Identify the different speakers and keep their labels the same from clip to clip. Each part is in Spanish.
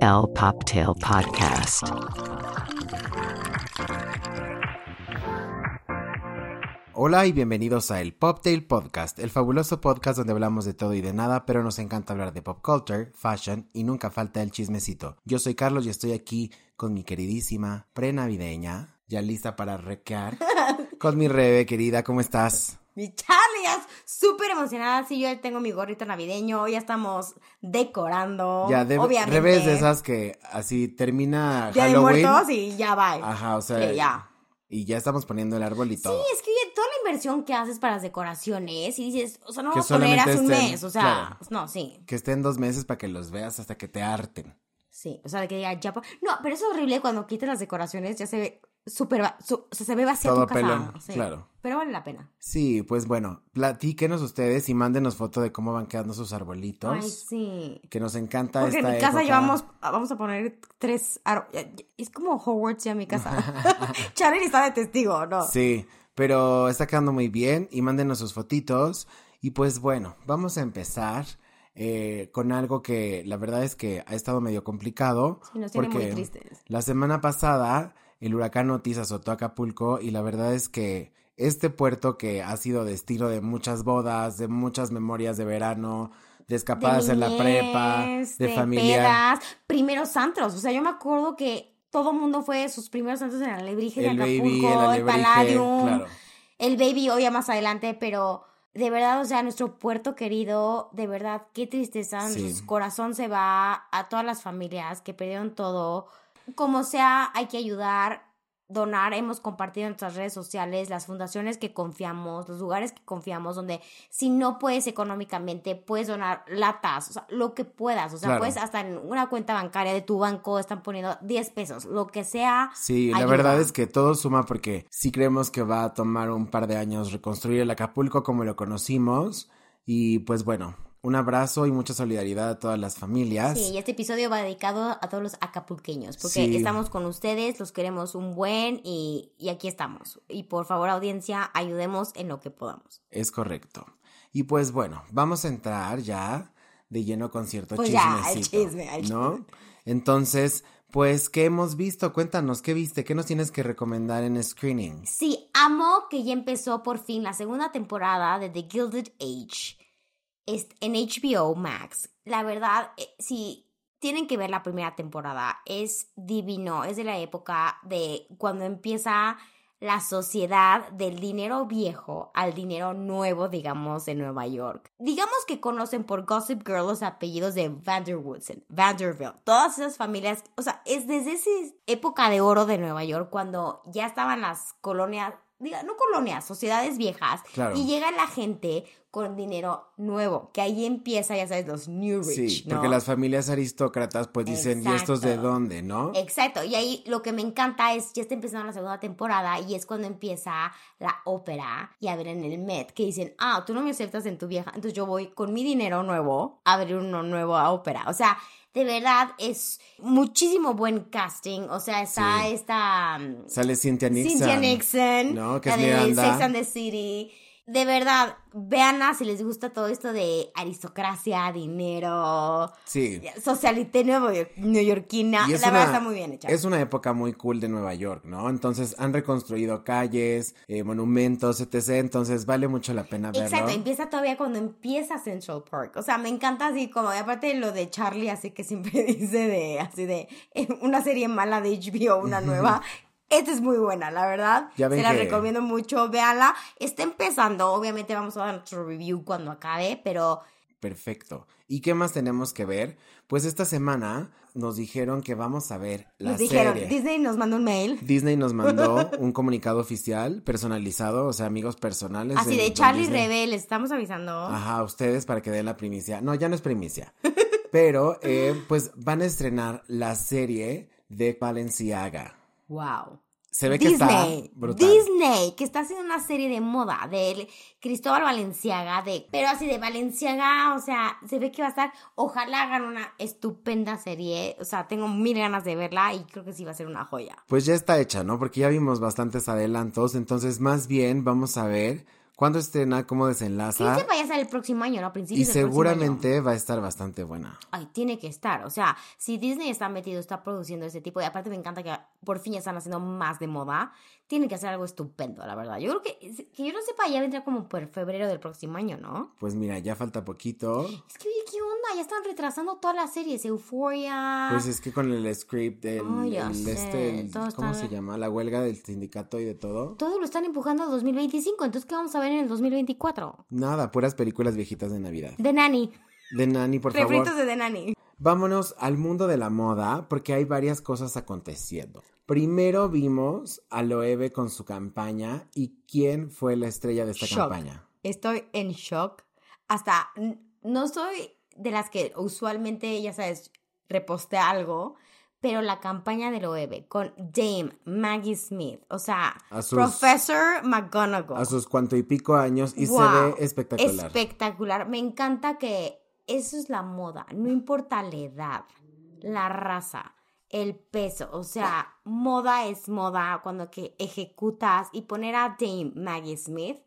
Speaker 1: L Poptail Podcast.
Speaker 2: Hola y bienvenidos a el Poptail Podcast, el fabuloso podcast donde hablamos de todo y de nada, pero nos encanta hablar de pop culture, fashion y nunca falta el chismecito. Yo soy Carlos y estoy aquí con mi queridísima prenavideña, ya lista para requear, con mi Rebe querida, ¿cómo estás?
Speaker 3: Mi Charlie ya es súper emocionada. Sí, yo ya tengo mi gorrito navideño. Ya estamos decorando.
Speaker 2: Ya, de,
Speaker 3: obviamente.
Speaker 2: Rebe es de esas que así termina
Speaker 3: Día de
Speaker 2: Halloween.
Speaker 3: muertos y ya va.
Speaker 2: Ajá, o sea,
Speaker 3: Sí, ya.
Speaker 2: y ya estamos poniendo el árbol y
Speaker 3: Sí,
Speaker 2: todo.
Speaker 3: es que oye, toda la inversión que haces para las decoraciones y dices, o sea, no
Speaker 2: Que
Speaker 3: vamos a poner
Speaker 2: solamente
Speaker 3: hace un
Speaker 2: estén-
Speaker 3: mes. O sea,
Speaker 2: claro.
Speaker 3: no, sí.
Speaker 2: Que estén dos meses para que los veas hasta que te harten.
Speaker 3: Sí, o sea, que diga ya. pa- No, pero es horrible cuando quitas las decoraciones. Ya se ve súper. va- su- O sea, se ve vacía
Speaker 2: Todo
Speaker 3: tu casa.
Speaker 2: pelón,
Speaker 3: Sí.
Speaker 2: claro.
Speaker 3: Pero vale la pena.
Speaker 2: Sí, pues bueno, platíquenos ustedes y mándenos foto de cómo van quedando sus arbolitos.
Speaker 3: Ay, sí.
Speaker 2: Que nos encanta
Speaker 3: Porque en
Speaker 2: esta
Speaker 3: mi casa
Speaker 2: época.
Speaker 3: llevamos, ah, vamos a poner tres ar- Es como Hogwarts ya mi casa. Charlie está de testigo, ¿no?
Speaker 2: Sí, pero está quedando muy bien y mándenos sus fotitos. Y pues bueno, vamos a empezar eh, con algo que la verdad es que ha estado medio complicado.
Speaker 3: Sí, nos tiene muy tristes.
Speaker 2: La semana pasada el huracán Otis azotó Acapulco y la verdad es que este puerto que ha sido destino de muchas bodas, de muchas memorias de verano, de escapadas en la prepa,
Speaker 3: niñez,
Speaker 2: de,
Speaker 3: de
Speaker 2: familia.
Speaker 3: pedas, primeros antros. O sea, yo me acuerdo que todo mundo fue sus primeros antros en el Alebrije de
Speaker 2: El
Speaker 3: Acapulco,
Speaker 2: baby, el
Speaker 3: el,
Speaker 2: alebrije,
Speaker 3: Palladium,
Speaker 2: claro.
Speaker 3: el Baby hoy ya más adelante, pero de verdad, o sea, nuestro puerto querido, de verdad, qué tristeza.
Speaker 2: Sí.
Speaker 3: Nuestro corazón se va a todas las familias que perdieron todo. Como sea, hay que ayudar. Donar, hemos compartido en nuestras redes sociales las fundaciones que confiamos, los lugares que confiamos, donde si no puedes económicamente, puedes donar latas, o sea, lo que puedas. O sea,
Speaker 2: Claro.
Speaker 3: puedes hasta en una cuenta bancaria de tu banco están poniendo 10 pesos, lo que sea.
Speaker 2: Sí, la
Speaker 3: ayuda.
Speaker 2: verdad es que todo suma porque sí creemos que va a tomar un par de años reconstruir el Acapulco como lo conocimos. Y pues bueno, un abrazo y mucha solidaridad a todas las familias.
Speaker 3: Sí, y este episodio va dedicado a todos los acapulqueños, porque
Speaker 2: Sí.
Speaker 3: estamos con ustedes, los queremos un buen y, y aquí estamos. Y por favor, audiencia, ayudemos en lo que podamos.
Speaker 2: Es correcto. Y pues bueno, vamos a entrar ya de lleno con cierto
Speaker 3: Pues ya, al
Speaker 2: chismecito.
Speaker 3: chisme, al chisme.
Speaker 2: ¿No? Entonces, pues, ¿qué hemos visto? Cuéntanos, ¿qué viste? ¿Qué nos tienes que recomendar en screening?
Speaker 3: Sí, amo que ya empezó por fin la segunda temporada de The Gilded Age es- en HBO Max. La verdad, eh, si tienen que ver la primera temporada, es divino, es de la época de cuando empieza la sociedad del dinero viejo al dinero nuevo, digamos, en Nueva York. Digamos que conocen por Gossip Girl los apellidos de Vanderwoodson, Vanderbilt, todas esas familias, o sea, es desde esa época de oro de Nueva York cuando ya estaban las colonias, diga, no colonias, sociedades viejas,
Speaker 2: Claro.
Speaker 3: y llega la gente con dinero nuevo, que ahí empieza, ya sabes, los New Rich.
Speaker 2: Sí, porque
Speaker 3: ¿no?
Speaker 2: las familias aristócratas pues dicen, ¿y estos de
Speaker 3: Exacto. Eh,
Speaker 2: dónde, no?
Speaker 3: Exacto, y ahí lo que me encanta es, ya está empezando la segunda temporada y es cuando empieza la ópera y a ver en el Met que dicen, ah, tú no me aceptas en tu vieja, entonces yo voy con mi dinero nuevo a abrir uno nuevo a ópera. O sea, de verdad es muchísimo buen casting, o sea, está
Speaker 2: Sí.
Speaker 3: esta... mm,
Speaker 2: Sale Cynthia Nixon.
Speaker 3: Cynthia Nixon.
Speaker 2: No, que
Speaker 3: la
Speaker 2: es
Speaker 3: de
Speaker 2: Miranda.
Speaker 3: Sex and the City. De verdad, veanla si les gusta todo esto de aristocracia, dinero,
Speaker 2: Sí.
Speaker 3: socialité nuevo- neoyorquina.
Speaker 2: Y
Speaker 3: La
Speaker 2: es
Speaker 3: verdad
Speaker 2: una-
Speaker 3: está muy bien hecha.
Speaker 2: Es una época muy cool de Nueva York, ¿no? Entonces han reconstruido calles, eh, monumentos, etc. Entonces vale mucho la pena verlo.
Speaker 3: Exacto, empieza todavía cuando empieza Central Park. O sea, me encanta así como, y aparte lo de Charlie, así que siempre dice de, así de, eh, una serie mala de HBO, una nueva. Esta es muy buena, la verdad.
Speaker 2: Ya ven
Speaker 3: Se la
Speaker 2: que-
Speaker 3: recomiendo mucho, véanla. Está empezando, obviamente vamos a dar nuestro review cuando acabe, pero
Speaker 2: Perfecto. ¿Y qué más tenemos que ver? Pues esta semana nos dijeron que vamos a ver la
Speaker 3: nos dijeron,
Speaker 2: serie.
Speaker 3: Disney nos mandó un mail.
Speaker 2: Disney nos mandó un comunicado oficial personalizado, o sea, amigos personales.
Speaker 3: Así de
Speaker 2: del-
Speaker 3: Charlie
Speaker 2: del Disney. Ah.
Speaker 3: Rebel, les estamos avisando.
Speaker 2: Ajá, a ustedes para que den la primicia. No, ya no es primicia. Pero, eh, pues van a estrenar la serie de Balenciaga.
Speaker 3: Wow.
Speaker 2: Se ve que
Speaker 3: Disney,
Speaker 2: está brutal.
Speaker 3: Disney, que está haciendo una serie de moda del Cristóbal Valenciaga, de, pero así de Valenciaga, o sea, se ve que va a estar, ojalá hagan una estupenda serie, o sea, tengo mil ganas de verla y creo que sí va a ser una joya.
Speaker 2: Pues ya está hecha, ¿no? Porque ya vimos bastantes adelantos, entonces más bien vamos a ver ¿Cuándo estrena? ¿Cómo
Speaker 3: Sí,
Speaker 2: desenlaza?
Speaker 3: este vaya a ser el próximo año, ¿no? A principios
Speaker 2: Ah. y
Speaker 3: del próximo año.
Speaker 2: seguramente va a estar bastante buena.
Speaker 3: Ay, tiene que estar. O sea, si Disney está metido, está produciendo este tipo, y aparte me encanta que por fin ya están haciendo más de moda, tiene que hacer algo estupendo, la verdad. Yo creo que, que yo no sepa, ya vendrá como por febrero del próximo año, ¿no?
Speaker 2: Pues mira, ya falta poquito.
Speaker 3: Es que, oye, ¿qué onda? Ya están retrasando todas las series. Euphoria.
Speaker 2: Pues es que con el script, el,
Speaker 3: Ah, ya
Speaker 2: el
Speaker 3: sé,
Speaker 2: este, el-
Speaker 3: todo está-
Speaker 2: ¿cómo se llama? La huelga del sindicato y de todo.
Speaker 3: Todo lo están empujando a 2025. Entonces, ¿qué vamos a ver en el 2024?
Speaker 2: Nada, puras películas viejitas de Navidad.
Speaker 3: De Nanny.
Speaker 2: De Nani, por favor.
Speaker 3: Refritos de The Nanny.
Speaker 2: Vámonos al mundo de la moda porque hay varias cosas aconteciendo. Primero vimos a Loewe con su campaña y quién fue la estrella de esta
Speaker 3: Shock.
Speaker 2: campaña.
Speaker 3: Estoy en shock. Hasta n- no soy de las que usualmente, ya sabes, repostea algo, pero la campaña de Loewe con Dame Maggie Smith, o sea,
Speaker 2: A sus-
Speaker 3: Professor McGonagall.
Speaker 2: A sus cuanto y pico años y
Speaker 3: Wow.
Speaker 2: se ve espectacular.
Speaker 3: Espectacular. Me encanta que eso es la moda, no importa la edad, la raza, el peso, o sea, moda es moda cuando que ejecutas y poner a Dame Maggie Smith,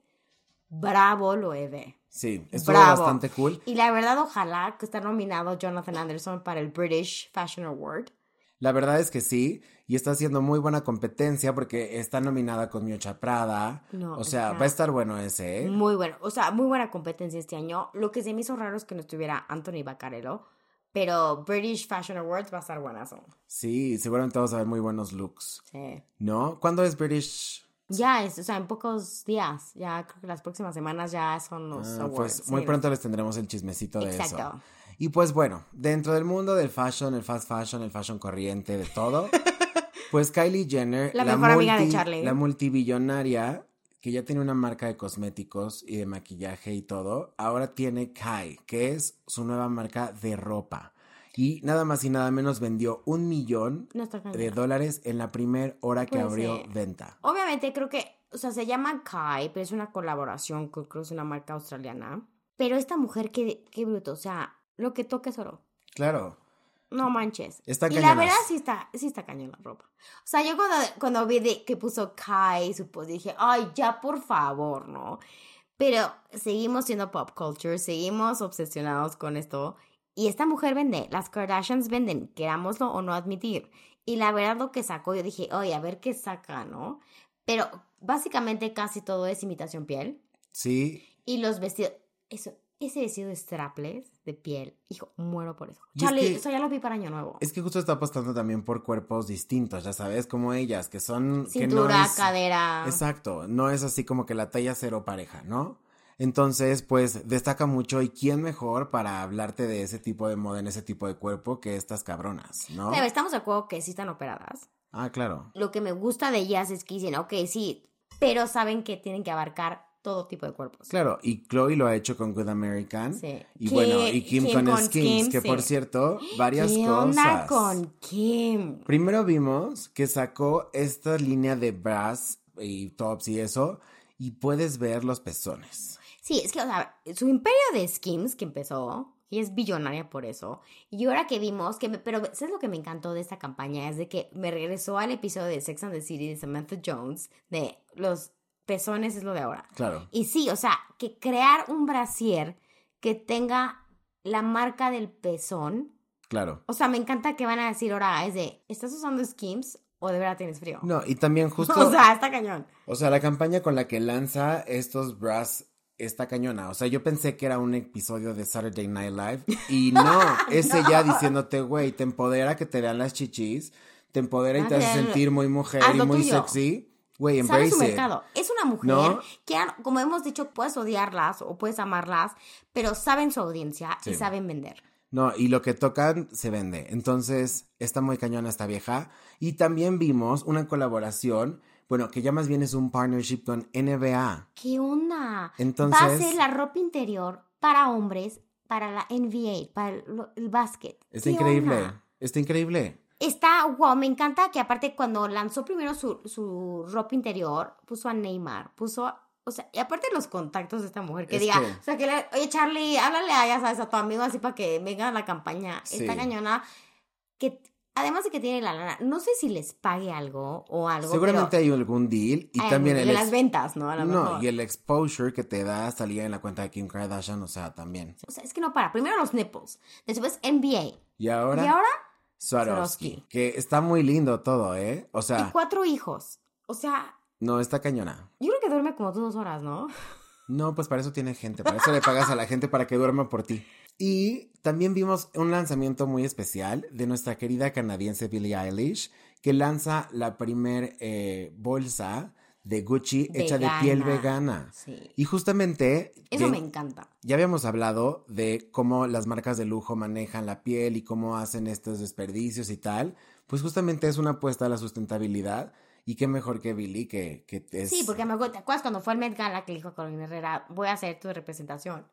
Speaker 3: bravo Loewe.
Speaker 2: sí, estuvo
Speaker 3: Bravo.
Speaker 2: bastante cool.
Speaker 3: Y la verdad, ojalá que está nominado Jonathan Anderson para el British Fashion Award.
Speaker 2: La verdad es que sí, y está haciendo muy buena competencia porque está nominada con Miocha Prada.
Speaker 3: No, Mm.
Speaker 2: o sea,
Speaker 3: está-
Speaker 2: va a estar bueno ese, ¿eh?
Speaker 3: Muy bueno, o sea, muy buena competencia este año. Lo que se me hizo raro es que no estuviera Anthony Baccarello, pero British Fashion Awards va a estar buenazo.
Speaker 2: Sí, seguramente vamos a ver muy buenos looks,
Speaker 3: Sí.
Speaker 2: ¿no? ¿Cuándo es British?
Speaker 3: Ya es, o sea, en pocos días, ya creo que las próximas semanas ya son los
Speaker 2: Ah,
Speaker 3: awards.
Speaker 2: pues
Speaker 3: sí,
Speaker 2: muy
Speaker 3: los-
Speaker 2: pronto les tendremos el chismecito de eso.
Speaker 3: Exacto.
Speaker 2: Y pues bueno, dentro del mundo del fashion, el fast fashion, el fashion corriente, de todo, pues Kylie Jenner,
Speaker 3: La mejor amiga de Charlie.
Speaker 2: la multibillonaria, que ya tiene una marca de cosméticos y de maquillaje y todo, ahora tiene Kai, que es su nueva marca de ropa. Y nada más y nada menos vendió un millón
Speaker 3: No está cañón.
Speaker 2: de dólares en la primera hora que
Speaker 3: Puede
Speaker 2: abrió
Speaker 3: ser.
Speaker 2: venta.
Speaker 3: Obviamente creo que, o sea, se llama Kai, pero es una colaboración con creo que es una marca australiana. Pero esta mujer, qué, qué bruto, o sea, lo que toca es oro.
Speaker 2: Claro.
Speaker 3: No manches.
Speaker 2: Está
Speaker 3: y la
Speaker 2: cañonas.
Speaker 3: verdad sí está, sí está cañón la ropa. O sea, yo cuando, cuando vi de- que puso Kai, supo, dije, ay, ya por favor, ¿no? Pero seguimos siendo pop culture, seguimos obsesionados con esto. Y esta mujer vende, las Kardashians venden, querámoslo o no admitir. Y la verdad lo que sacó, yo dije, oye, a ver qué saca, ¿no? Pero básicamente casi todo es imitación piel.
Speaker 2: Sí,
Speaker 3: Y los vestidos, eso, ese vestido de strapless de piel, hijo, muero por eso.
Speaker 2: Y es
Speaker 3: Charlie,
Speaker 2: que-
Speaker 3: eso ya lo vi para Año Nuevo.
Speaker 2: Es que justo está apostando también por cuerpos distintos, ya sabes, como ellas, que son... que no
Speaker 3: Cintura,
Speaker 2: es-
Speaker 3: cadera.
Speaker 2: Exacto, no es así como que la talla cero pareja, ¿no? Entonces, pues destaca mucho y quién mejor para hablarte de ese tipo de moda en ese tipo de cuerpo que estas cabronas, ¿no?
Speaker 3: Claro, estamos de acuerdo que sí están operadas.
Speaker 2: Ah, claro.
Speaker 3: Lo que me gusta de ellas es que dicen, ok, sí, pero saben que tienen que abarcar todo tipo de cuerpos.
Speaker 2: Claro, y Chloe lo ha hecho con Good American.
Speaker 3: Sí.
Speaker 2: Y
Speaker 3: Ki-
Speaker 2: bueno, y Kim, con, Skims, que
Speaker 3: sí.
Speaker 2: por cierto, varias
Speaker 3: ¿Qué
Speaker 2: cosas.
Speaker 3: onda con Kim?
Speaker 2: Primero vimos que sacó esta línea de bras y tops y eso, y puedes ver los pezones.
Speaker 3: Sí, es que, o sea, su imperio de Skims que empezó, y es billonaria por eso, y ahora que vimos, que me- pero ¿sabes lo que me encantó de esta campaña? Es de que me regresó al episodio de Sex and the City de Samantha Jones, de los pezones es lo de ahora.
Speaker 2: Claro.
Speaker 3: Y sí, o sea, que crear un brasier que tenga la marca del pezón,
Speaker 2: Claro.
Speaker 3: o sea, me encanta que van a decir ahora, es de, ¿estás usando Skims o de verdad tienes frío?
Speaker 2: No, pues, y también justo,
Speaker 3: O sea, está cañón.
Speaker 2: la campaña con la que lanza estos bras está cañona. O sea, yo pensé que era un episodio de Saturday Night Live y no, es ella diciéndote, güey, te empodera que te vean las chichis, te empodera y
Speaker 3: Ah,
Speaker 2: te hace
Speaker 3: claro.
Speaker 2: sentir muy mujer
Speaker 3: Haz
Speaker 2: y
Speaker 3: lo
Speaker 2: muy
Speaker 3: tuyo.
Speaker 2: sexy. Güey,
Speaker 3: Sabe
Speaker 2: embrace
Speaker 3: su
Speaker 2: it.
Speaker 3: mercado. Es una mujer
Speaker 2: ¿No?
Speaker 3: que, han- como hemos dicho, puedes odiarlas o puedes amarlas, pero saben su audiencia y
Speaker 2: Sí.
Speaker 3: saben vender.
Speaker 2: No, y lo que tocan se vende. Entonces, está muy cañona esta vieja. Y también vimos una colaboración, bueno, que ya más bien es un partnership con NBA.
Speaker 3: ¿Qué onda? Va a
Speaker 2: Entonces-
Speaker 3: ser la ropa interior para hombres, para la NBA, para el, lo- el básquet.
Speaker 2: Está
Speaker 3: ¿Qué
Speaker 2: increíble.
Speaker 3: onda?
Speaker 2: Está increíble.
Speaker 3: Está wow, me encanta que aparte cuando lanzó primero su, su ropa interior, puso a Neymar, puso, a- o sea, y aparte los contactos de esta mujer, que
Speaker 2: Es
Speaker 3: diga,
Speaker 2: que-
Speaker 3: o sea, que le, oye Charlie, háblale a, ya sabes, a tu amigo así para que venga a la campaña,
Speaker 2: Sí.
Speaker 3: esta cañona, que Además de que tiene la lana, no sé si les pague algo o algo.
Speaker 2: Seguramente
Speaker 3: pero
Speaker 2: hay algún deal y
Speaker 3: hay
Speaker 2: también
Speaker 3: algo
Speaker 2: el
Speaker 3: de
Speaker 2: ex-
Speaker 3: las ventas, ¿no? A lo
Speaker 2: no,
Speaker 3: mejor.
Speaker 2: y el exposure que te da salir en la cuenta de Kim Kardashian, o sea, también.
Speaker 3: O sea, es que no para. Primero los nipples, después NBA.
Speaker 2: Y ahora,
Speaker 3: Y ahora,
Speaker 2: Swarovski,
Speaker 3: Swarovski.
Speaker 2: que está muy lindo todo, ¿eh? O
Speaker 3: y
Speaker 2: sea,
Speaker 3: cuatro hijos. O sea,
Speaker 2: no, está cañona.
Speaker 3: yo creo que duerme como dos horas, ¿no?
Speaker 2: No, pues para eso tiene gente, para eso le pagas a la gente para que duerma por ti. Y también vimos un lanzamiento muy especial de nuestra querida canadiense Billie Eilish, que lanza la primer eh, bolsa de Gucci hecha de
Speaker 3: Vegana.
Speaker 2: piel vegana.
Speaker 3: Sí.
Speaker 2: Y justamente
Speaker 3: Eso
Speaker 2: de-
Speaker 3: me encanta.
Speaker 2: ya habíamos hablado de cómo las marcas de lujo manejan la piel y cómo hacen estos desperdicios y tal, pues justamente es una apuesta a la sustentabilidad. Y qué mejor que Billie, que, que es...
Speaker 3: Sí, porque me acuerdo, ¿te acuerdas cuando fue el Met Gala que le dijo a Carolina Herrera, voy a hacer tu representación?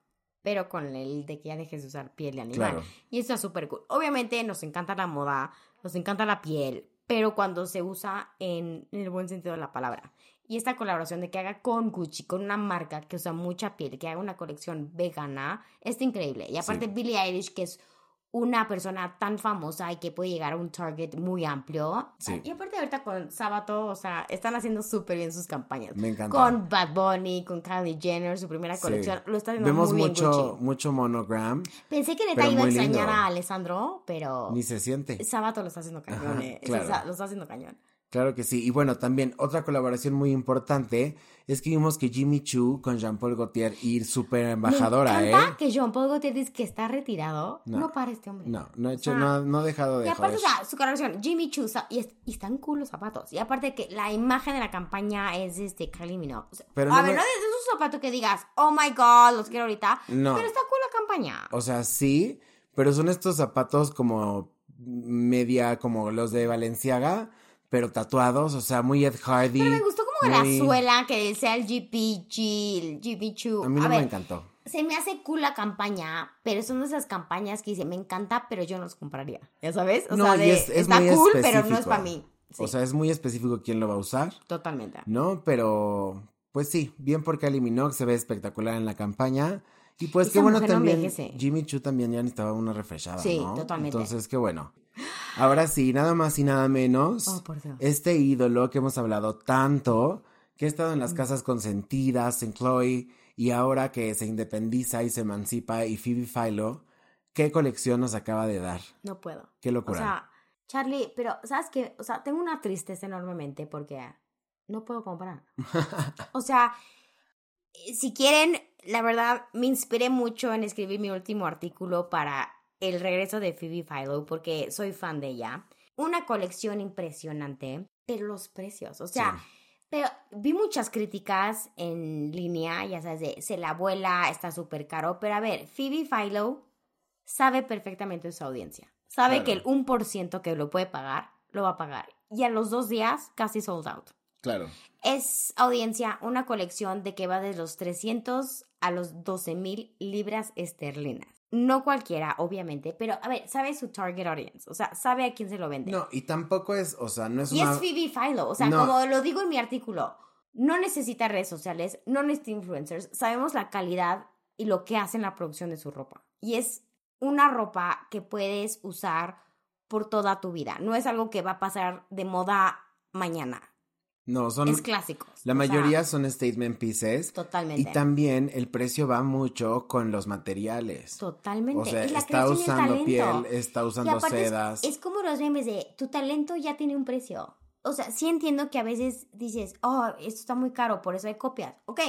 Speaker 3: Pero con el de que ya dejes de usar piel de animal.
Speaker 2: Claro.
Speaker 3: Y eso es súper cool. Obviamente nos encanta la moda, nos encanta la piel, pero cuando se usa en, en el buen sentido de la palabra. Y esta colaboración de que haga con Gucci, con una marca que usa mucha piel, que haga una colección vegana, está increíble. Y aparte
Speaker 2: Sí.
Speaker 3: Billie Eilish, que es una persona tan famosa y que puede llegar a un target muy amplio.
Speaker 2: Sí.
Speaker 3: Y aparte ahorita con Sábato, o sea, están haciendo súper bien sus campañas.
Speaker 2: Me encanta.
Speaker 3: Con Bad Bunny, con Kylie Jenner, su primera
Speaker 2: Sí.
Speaker 3: colección. Lo está haciendo
Speaker 2: Vemos
Speaker 3: muy bien
Speaker 2: mucho,
Speaker 3: Gucci.
Speaker 2: mucho monogram,
Speaker 3: Pensé que neta
Speaker 2: pero
Speaker 3: iba a
Speaker 2: muy lindo.
Speaker 3: extrañar a Alessandro, pero
Speaker 2: ni se siente.
Speaker 3: Sabato lo está haciendo cañón,
Speaker 2: Ajá,
Speaker 3: eh. Eso
Speaker 2: claro.
Speaker 3: está- lo está haciendo cañón.
Speaker 2: Claro que sí. Y bueno, también otra colaboración muy importante es que vimos que Jimmy Choo con Jean-Paul Gaultier y super embajadora,
Speaker 3: Me
Speaker 2: ¿eh?
Speaker 3: encanta que Jean Paul Gaultier dice que está retirado.
Speaker 2: No.
Speaker 3: No, para este hombre.
Speaker 2: No, no ha hecho,
Speaker 3: sea,
Speaker 2: no, ha- no ha dejado de
Speaker 3: Y aparte,
Speaker 2: joder.
Speaker 3: o sea, su colaboración, Jimmy Choo, sa- y, es- y están cool los zapatos. Y aparte que la imagen de la campaña es este Kylie Minogue. O sea,
Speaker 2: Pero
Speaker 3: a
Speaker 2: no
Speaker 3: ver,
Speaker 2: me-
Speaker 3: no es un zapato que digas, oh my god, los quiero ahorita.
Speaker 2: No.
Speaker 3: Pero está cool la campaña.
Speaker 2: O sea, sí, pero son estos zapatos como media, como los de Valenciaga, pero tatuados, o sea, muy Ed Hardy.
Speaker 3: Pero me gustó como
Speaker 2: muy-
Speaker 3: la suela que sea el GPG, el Jimmy Choo.
Speaker 2: A mí no
Speaker 3: a
Speaker 2: me
Speaker 3: ver,
Speaker 2: encantó.
Speaker 3: se me hace cool la campaña, pero son de esas campañas que dice, me encanta, pero yo no los compraría. ¿Ya sabes? O
Speaker 2: No,
Speaker 3: sea,
Speaker 2: y
Speaker 3: de,
Speaker 2: es- es
Speaker 3: está
Speaker 2: muy
Speaker 3: cool, pero no es
Speaker 2: específico.
Speaker 3: para mí. Sí,
Speaker 2: O sea, es muy específico quién lo va a usar.
Speaker 3: totalmente.
Speaker 2: ¿no? Pero, pues sí, bien porque eliminó, que se ve espectacular en la campaña. Y pues
Speaker 3: Esa
Speaker 2: qué bueno
Speaker 3: mujer no
Speaker 2: también,
Speaker 3: envejece.
Speaker 2: Jimmy Chu también ya necesitaba una refrescada,
Speaker 3: Sí,
Speaker 2: ¿no?
Speaker 3: totalmente.
Speaker 2: Entonces, qué bueno. Ahora sí, nada más y nada menos,
Speaker 3: Oh, por Dios.
Speaker 2: este ídolo que hemos hablado tanto, que ha estado
Speaker 3: Mm.
Speaker 2: en las casas consentidas, en Chloe, y ahora que se independiza y se emancipa, y Phoebe Philo, ¿qué colección nos acaba de dar?
Speaker 3: No puedo.
Speaker 2: Qué
Speaker 3: O
Speaker 2: locura.
Speaker 3: sea, Charlie, pero ¿sabes qué? O sea, tengo una tristeza enormemente porque no puedo comprar. O sea, eh, si quieren, la verdad, me inspiré mucho en escribir mi último artículo para el regreso de Phoebe Philo porque soy fan de ella. Una colección impresionante, pero los precios, o sea...
Speaker 2: Sí.
Speaker 3: Pero vi muchas críticas en línea, ya sabes, de se la abuela, está súper caro. Pero a ver, Phoebe Philo sabe perfectamente de su audiencia. Sabe
Speaker 2: Claro.
Speaker 3: que el 1% que lo puede pagar, lo va a pagar. Y a los dos días, casi sold out.
Speaker 2: claro.
Speaker 3: Es audiencia una colección de que va de los 300 a los 12 mil libras esterlinas. No cualquiera, obviamente, pero a ver, sabe su target audience. O sea, sabe a quién se lo vende.
Speaker 2: No, y tampoco es, o sea, no es
Speaker 3: Y
Speaker 2: una...
Speaker 3: es Phoebe Philo, o sea,
Speaker 2: No.
Speaker 3: como lo digo en mi artículo, no necesita redes sociales, no necesita influencers, sabemos la calidad y lo que hace en la producción de su ropa. Y es una ropa que puedes usar por toda tu vida, no es algo que va a pasar de moda mañana,
Speaker 2: No, son...
Speaker 3: es clásico.
Speaker 2: La
Speaker 3: o
Speaker 2: mayoría
Speaker 3: sea,
Speaker 2: son statement pieces.
Speaker 3: totalmente.
Speaker 2: Y también el precio va mucho con los materiales.
Speaker 3: totalmente.
Speaker 2: O sea,
Speaker 3: y la
Speaker 2: está
Speaker 3: creación y el
Speaker 2: usando
Speaker 3: talento.
Speaker 2: piel, está
Speaker 3: Y
Speaker 2: usando
Speaker 3: aparte es-
Speaker 2: sedas.
Speaker 3: Es, como los memes de tu talento ya tiene un precio. O sea, sí entiendo que a veces dices, oh, esto está muy caro, por eso hay copias. Ok,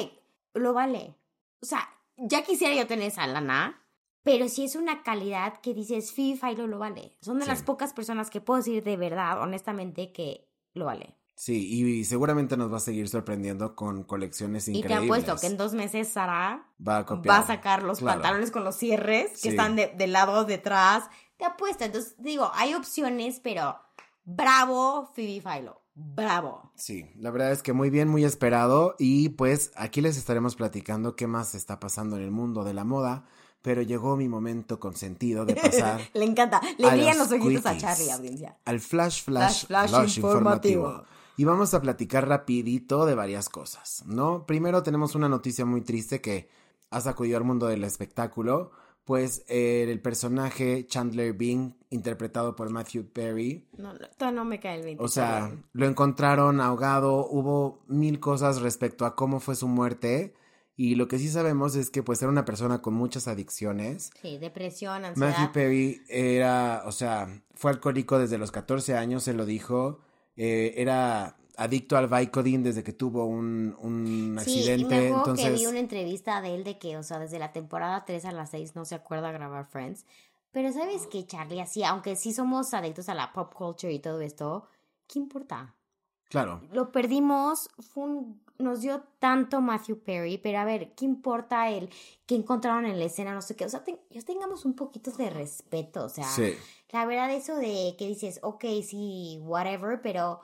Speaker 3: lo vale. O sea, ya quisiera yo tener esa lana, pero si es una calidad que dices, FIFA y lo, vale. Son de
Speaker 2: Sí.
Speaker 3: las pocas personas que puedo decir de verdad, honestamente, que lo vale.
Speaker 2: Sí, y, seguramente nos va a seguir sorprendiendo con colecciones increíbles.
Speaker 3: Y te apuesto que en dos meses Sara
Speaker 2: va a copiar.
Speaker 3: va a sacar los
Speaker 2: Claro.
Speaker 3: pantalones con los cierres que
Speaker 2: Sí.
Speaker 3: están de, de lado detrás. Te apuesto. Entonces, digo, hay opciones, pero bravo, Phoebe Philo. Bravo.
Speaker 2: Sí, la verdad es que muy bien, muy esperado. Y pues aquí les estaremos platicando qué más está pasando en el mundo de la moda. Pero llegó mi momento consentido de pasar
Speaker 3: Le encanta. Le
Speaker 2: A
Speaker 3: brillan
Speaker 2: los
Speaker 3: los ojitos a
Speaker 2: quickies.
Speaker 3: Charlie, audiencia.
Speaker 2: al flash flash,
Speaker 3: Flash, flash
Speaker 2: flash informativo.
Speaker 3: informativo.
Speaker 2: Y vamos a platicar rapidito de varias cosas, ¿no? Primero tenemos una noticia muy triste que ha sacudido al mundo del espectáculo pues eh, el personaje Chandler Bing, interpretado por Matthew Perry,
Speaker 3: No, no, todavía no me cae el 20.
Speaker 2: o sea,
Speaker 3: perdón.
Speaker 2: lo encontraron ahogado, hubo mil cosas respecto a cómo fue su muerte y lo que sí sabemos es que pues era una persona con muchas adicciones.
Speaker 3: Sí, depresión, ansiedad.
Speaker 2: Matthew Perry era, o sea, fue alcohólico desde los 14 años, se lo dijo. eh, era adicto al Vicodin desde que tuvo un, un
Speaker 3: Sí, y
Speaker 2: accidente.
Speaker 3: me acuerdo que
Speaker 2: entonces,
Speaker 3: vi una entrevista de él de que, o sea, desde la temporada 3 a la 6 no se acuerda grabar Friends. Pero sabes que Charlie, así, aunque sí somos adictos a la pop culture y todo esto, ¿qué importa?
Speaker 2: claro,
Speaker 3: Lo perdimos, fue un- nos dio tanto Matthew Perry, pero a ver, ¿qué importa él? ¿Qué encontraron en la escena? No sé qué, o sea, ten- ya tengamos un poquito de respeto, o sea,
Speaker 2: sí,
Speaker 3: la verdad eso de que dices, ok, sí, whatever, pero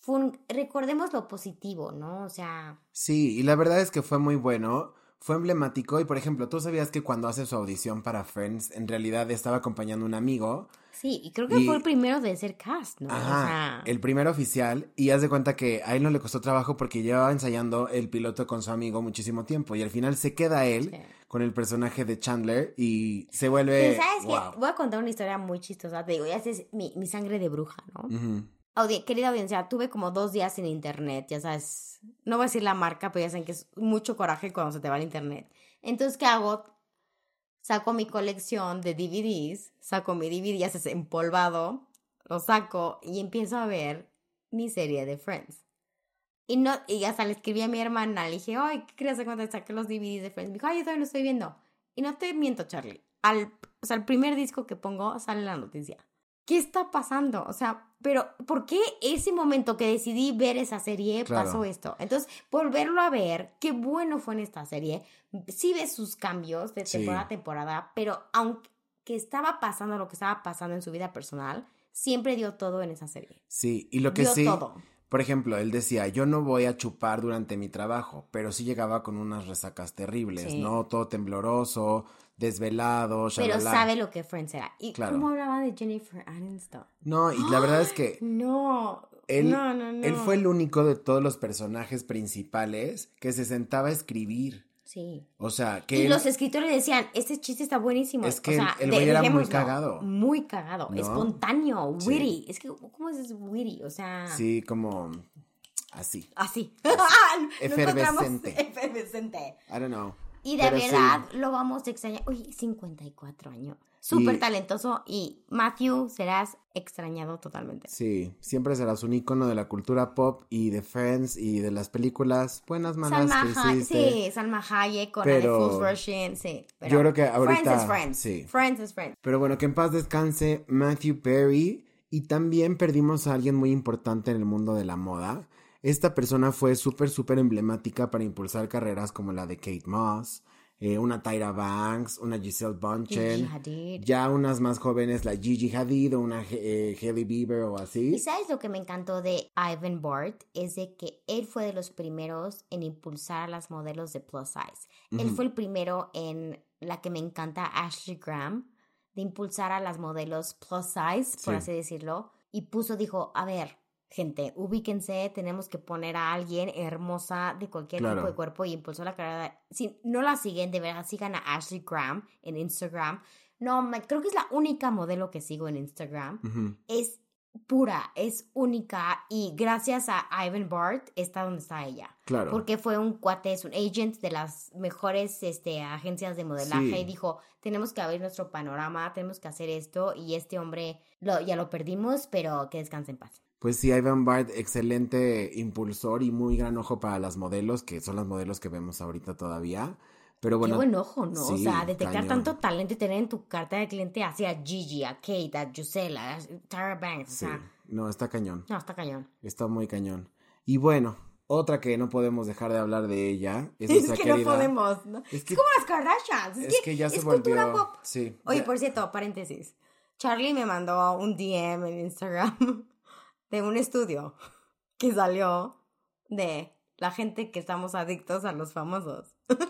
Speaker 3: fue un- recordemos lo positivo, ¿no? O sea,
Speaker 2: sí, y la verdad es que fue muy bueno. Fue emblemático y, por ejemplo, tú sabías que cuando hace su audición para Friends, en realidad estaba acompañando un amigo,
Speaker 3: Sí, y creo que
Speaker 2: Y-
Speaker 3: fue el primero de ser cast, ¿no?
Speaker 2: ajá,
Speaker 3: o sea,
Speaker 2: el primer oficial, y haz de cuenta que a él no le costó trabajo porque llevaba ensayando el piloto con su amigo muchísimo tiempo y al final se queda él
Speaker 3: sí.
Speaker 2: con el personaje de Chandler y se vuelve.
Speaker 3: Pero sabes
Speaker 2: wow.
Speaker 3: que voy a contar una historia muy chistosa, te digo, ya es mi, mi sangre de bruja, ¿no?
Speaker 2: Ujú.
Speaker 3: Audi- querida audiencia, tuve como dos días sin internet, ya sabes, no voy a decir la marca, pero ya saben que es mucho coraje cuando se te va el internet. Entonces, ¿qué hago? Saco mi colección de DVDs, saco mi DVD, ya se empolvado, lo saco y empiezo a ver mi serie de Friends. Y, no, y hasta le escribí a mi hermana, le dije, ay, ¿qué crees cuando saqué los DVDs de Friends? Me dijo, ay, yo todavía lo estoy viendo. Y no te miento, Charlie. Al, o sea, el primer disco que pongo sale la noticia. ¿Qué está pasando? O sea, pero ¿por qué ese momento que decidí ver esa serie
Speaker 2: Claro.
Speaker 3: pasó esto? Entonces, volverlo a ver, qué bueno fue en esta serie. Sí ves sus cambios de
Speaker 2: Sí.
Speaker 3: temporada a temporada, pero aunque estaba pasando lo que estaba pasando en su vida personal, siempre dio todo en esa serie.
Speaker 2: Sí, y lo que
Speaker 3: dio
Speaker 2: sí.
Speaker 3: todo.
Speaker 2: Por ejemplo, él decía: Yo no voy a chupar durante mi trabajo, pero sí llegaba con unas resacas terribles,
Speaker 3: Sí.
Speaker 2: ¿no? Todo tembloroso, desvelado,
Speaker 3: Pero
Speaker 2: shalala.
Speaker 3: sabe lo que Friends era. ¿Y
Speaker 2: Claro.
Speaker 3: cómo hablaba de Jennifer Aniston?
Speaker 2: No, y la verdad es que
Speaker 3: No.
Speaker 2: él,
Speaker 3: no, no, no.
Speaker 2: él fue el único de todos los personajes principales que se sentaba a escribir.
Speaker 3: Sí.
Speaker 2: O sea, que
Speaker 3: Y
Speaker 2: él-
Speaker 3: los escritores decían, este chiste está buenísimo.
Speaker 2: Es que
Speaker 3: o sea,
Speaker 2: el- el
Speaker 3: de-
Speaker 2: güey era muy
Speaker 3: dejémoslo.
Speaker 2: cagado.
Speaker 3: Muy cagado.
Speaker 2: ¿No?
Speaker 3: Espontáneo,
Speaker 2: Sí.
Speaker 3: witty. Es que, ¿cómo es witty? O sea,
Speaker 2: Sí, como. Así.
Speaker 3: así.
Speaker 2: Efervescente.
Speaker 3: No encontramos- Efervescente.
Speaker 2: I don't know.
Speaker 3: Y de
Speaker 2: Pero sí.
Speaker 3: verdad lo vamos a extrañar. Uy, 54 años. Súper
Speaker 2: Y-
Speaker 3: talentoso. Y Matthew, serás extrañado totalmente.
Speaker 2: Sí, siempre serás un icono de la cultura pop y de Friends y de las películas buenas, malas
Speaker 3: Salma
Speaker 2: que
Speaker 3: Hayek,
Speaker 2: hiciste.
Speaker 3: sí, Salma Hayek con
Speaker 2: Pero-
Speaker 3: Ale Fools Russian, sí. pero
Speaker 2: Yo creo que ahorita-
Speaker 3: Friends is Friends.
Speaker 2: sí.
Speaker 3: Friends is Friends.
Speaker 2: Pero bueno, que en paz descanse Matthew Perry y también perdimos a alguien muy importante en el mundo de la moda. Esta persona fue súper, súper emblemática para impulsar carreras como la de Kate Moss, eh, una Tyra Banks, una Giselle Bunchen,
Speaker 3: Gigi Hadid.
Speaker 2: ya unas más jóvenes, la Gigi Hadid o una eh, Hailey Bieber o así.
Speaker 3: ¿Y sabes lo que me encantó de Ivan Bart? Es de que él fue de los primeros en impulsar a las modelos de plus size. Él fue el primero en la que me encanta, Ashley Graham, de impulsar a las modelos plus size, por
Speaker 2: Sí.
Speaker 3: así decirlo. Y puso, dijo, a ver, gente, ubíquense, tenemos que poner a alguien hermosa de cualquier
Speaker 2: Claro.
Speaker 3: tipo de cuerpo y impulsó la carrera. de- Si no la siguen, de verdad, sigan a Ashley Graham en Instagram. No, me- creo que es la única modelo que sigo en Instagram
Speaker 2: Ujú.
Speaker 3: es pura, es única y gracias a Ivan Bart está donde está ella.
Speaker 2: Claro.
Speaker 3: Porque fue un cuate, es un agent de las mejores este, agencias de modelaje
Speaker 2: Sí.
Speaker 3: y dijo, tenemos que abrir nuestro panorama, tenemos que hacer esto y este hombre lo, ya lo perdimos, pero que descanse en paz.
Speaker 2: Pues sí, Ivan Bart, excelente impulsor y muy gran ojo para las modelos, que son las modelos que vemos ahorita todavía. Pero bueno,
Speaker 3: Qué buen ojo, ¿no? o
Speaker 2: sí,
Speaker 3: sea, detectar
Speaker 2: cañón.
Speaker 3: tanto talento y tener en tu carta de cliente así a Gigi, a Kate, a Giselle, a Tara Banks,
Speaker 2: sí,
Speaker 3: o sea,
Speaker 2: no, está cañón,
Speaker 3: no, está cañón.
Speaker 2: está muy cañón. Y bueno, otra que no podemos dejar de hablar de ella es,
Speaker 3: Es
Speaker 2: nuestra
Speaker 3: que no
Speaker 2: querida-
Speaker 3: podemos, ¿no?
Speaker 2: Es
Speaker 3: Es,
Speaker 2: que-
Speaker 3: como las Kardashians, es,
Speaker 2: Es que ya se
Speaker 3: es cultura
Speaker 2: volvió-
Speaker 3: pop.
Speaker 2: sí,
Speaker 3: Oye,
Speaker 2: ya-
Speaker 3: por cierto, paréntesis. Charlie me mandó un DM en Instagram de un estudio que salió de la gente que estamos adictos a los famosos.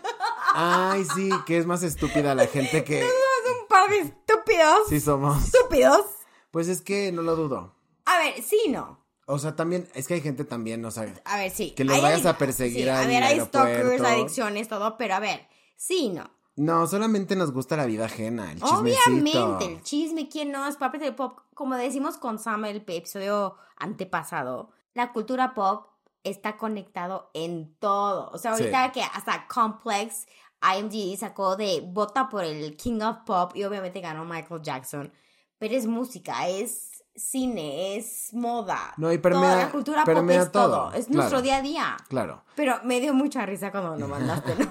Speaker 2: Ay, sí, que es más estúpida la gente que
Speaker 3: Somos un par de estúpidos.
Speaker 2: sí somos.
Speaker 3: Estúpidos.
Speaker 2: Pues es que no lo dudo.
Speaker 3: A ver, sí, no.
Speaker 2: O sea, también, es que hay gente también, o sea,
Speaker 3: A ver, sí.
Speaker 2: Que los
Speaker 3: Hay
Speaker 2: vayas
Speaker 3: adic-
Speaker 2: a perseguir
Speaker 3: sí, A
Speaker 2: al
Speaker 3: ver, hay stalkers,
Speaker 2: aeropuerto.
Speaker 3: adicciones, todo, pero a ver, sí, no.
Speaker 2: No, solamente nos gusta la vida ajena, el chismecito.
Speaker 3: Obviamente, el chisme, quién no, es parte del pop. Como decimos con Sam el episodio antepasado, la cultura pop está conectado en todo. O sea,
Speaker 2: Sí.
Speaker 3: ahorita que hasta Complex IMDb sacó de vota por el King of Pop y obviamente ganó Michael Jackson. Pero es música, es cine, es moda.
Speaker 2: No, y
Speaker 3: Toda
Speaker 2: permea-
Speaker 3: la cultura pop
Speaker 2: permea
Speaker 3: es todo.
Speaker 2: todo,
Speaker 3: Es nuestro
Speaker 2: claro.
Speaker 3: día a día.
Speaker 2: Claro.
Speaker 3: Pero me dio mucha risa cuando lo mandaste, ¿no?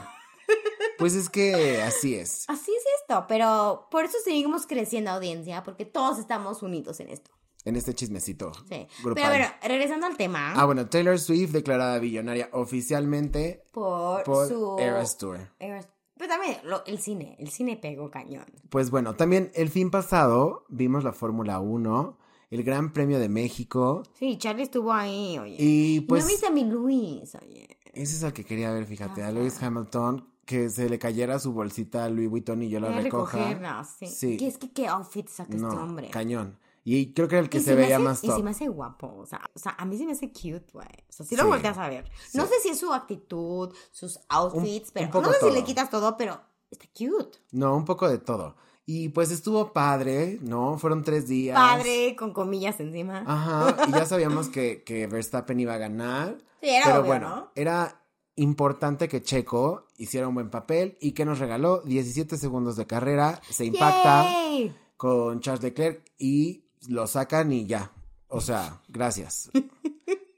Speaker 2: Pues es que así es.
Speaker 3: Así es esto, pero por eso seguimos creciendo audiencia, porque todos estamos unidos en esto.
Speaker 2: En este chismecito.
Speaker 3: Sí.
Speaker 2: grupal.
Speaker 3: Pero bueno, regresando al tema,
Speaker 2: Ah, bueno, Taylor Swift declarada billonaria oficialmente
Speaker 3: por,
Speaker 2: por
Speaker 3: su...
Speaker 2: Eras Tour.
Speaker 3: Eras- Pero también lo- el cine, el cine pegó cañón.
Speaker 2: Pues bueno, también el fin pasado vimos la Fórmula 1, el Gran Premio de México.
Speaker 3: Sí, Charlie estuvo ahí, oye.
Speaker 2: Y pues
Speaker 3: no viste a mi Luis, oye.
Speaker 2: ese es el que quería ver, fíjate, a Lewis Hamilton, que se le cayera su bolsita a Louis Vuitton y yo la
Speaker 3: Voy a
Speaker 2: recoja.
Speaker 3: recogerla, sí.
Speaker 2: Sí.
Speaker 3: Que es que qué outfit saca este
Speaker 2: No,
Speaker 3: hombre.
Speaker 2: cañón. Y creo que era el que
Speaker 3: Y
Speaker 2: se,
Speaker 3: me
Speaker 2: veía
Speaker 3: hace-
Speaker 2: más
Speaker 3: Y se
Speaker 2: top.
Speaker 3: me hace guapo, o sea, o sea, a mí se me hace cute, güey. O sea, si lo
Speaker 2: Sí.
Speaker 3: volteas a ver. No
Speaker 2: Sí.
Speaker 3: sé si es su actitud, sus outfits,
Speaker 2: un
Speaker 3: pero
Speaker 2: poco
Speaker 3: no sé
Speaker 2: todo.
Speaker 3: si le quitas todo, pero está cute.
Speaker 2: No, un poco de todo. Y pues estuvo padre, ¿no? Fueron tres días.
Speaker 3: Padre, con comillas encima.
Speaker 2: Ah, Ajá, y ya sabíamos que, que Verstappen iba a ganar.
Speaker 3: Sí, era
Speaker 2: pero
Speaker 3: obvio,
Speaker 2: bueno,
Speaker 3: ¿no?
Speaker 2: era importante que Checo hiciera un buen papel y que nos regaló 17 segundos de carrera. Se impacta
Speaker 3: Yay.
Speaker 2: con Charles Leclerc y lo sacan y ya. O sea, gracias.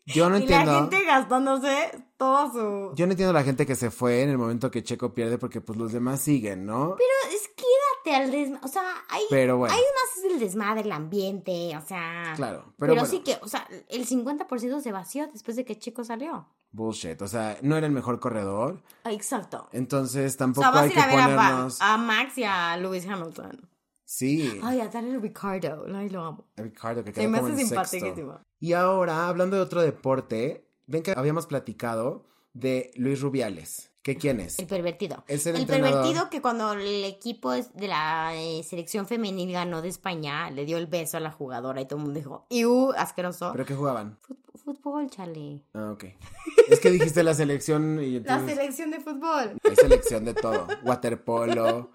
Speaker 2: Yo no
Speaker 3: y
Speaker 2: entiendo.
Speaker 3: la gente gastándose todo su...
Speaker 2: Yo no entiendo la gente que se fue en el momento que Checo pierde porque pues los demás siguen, ¿no?
Speaker 3: Pero es quédate al desmadre, o sea, hay...
Speaker 2: Pero bueno.
Speaker 3: hay más es el desmadre, el ambiente, o sea...
Speaker 2: Claro, pero
Speaker 3: Pero,
Speaker 2: bueno.
Speaker 3: sí que, o sea, el 50% se vació después de que Chico salió.
Speaker 2: Bullshit, o sea, no era el mejor corredor,
Speaker 3: Exacto.
Speaker 2: entonces
Speaker 3: O
Speaker 2: Eh, tampoco
Speaker 3: sea, vas a
Speaker 2: hay
Speaker 3: ir
Speaker 2: que
Speaker 3: a Ah. ver a, Pa-
Speaker 2: ponernos...
Speaker 3: a Max y a Lewis Hamilton.
Speaker 2: Sí,
Speaker 3: Ay, a Daniel Ricardo. Ay, lo amo.
Speaker 2: Ricardo que
Speaker 3: Se
Speaker 2: quedó
Speaker 3: me
Speaker 2: como
Speaker 3: hace
Speaker 2: en sexto.
Speaker 3: simpaticísimo.
Speaker 2: Y ahora, hablando de otro deporte, ven que habíamos platicado de Luis Rubiales. ¿Qué quién es?
Speaker 3: El pervertido.
Speaker 2: Es el entrenador.
Speaker 3: pervertido que cuando el equipo es- de la eh, selección femenil ganó de España, le dio el beso a la jugadora y todo el mundo dijo, ¡Iu, asqueroso!
Speaker 2: ¿Pero qué jugaban?
Speaker 3: Fut- fútbol, chale.
Speaker 2: Ah, ok. es que dijiste la selección y
Speaker 3: La
Speaker 2: entonces...
Speaker 3: selección de fútbol.
Speaker 2: Hay selección de todo. Waterpolo.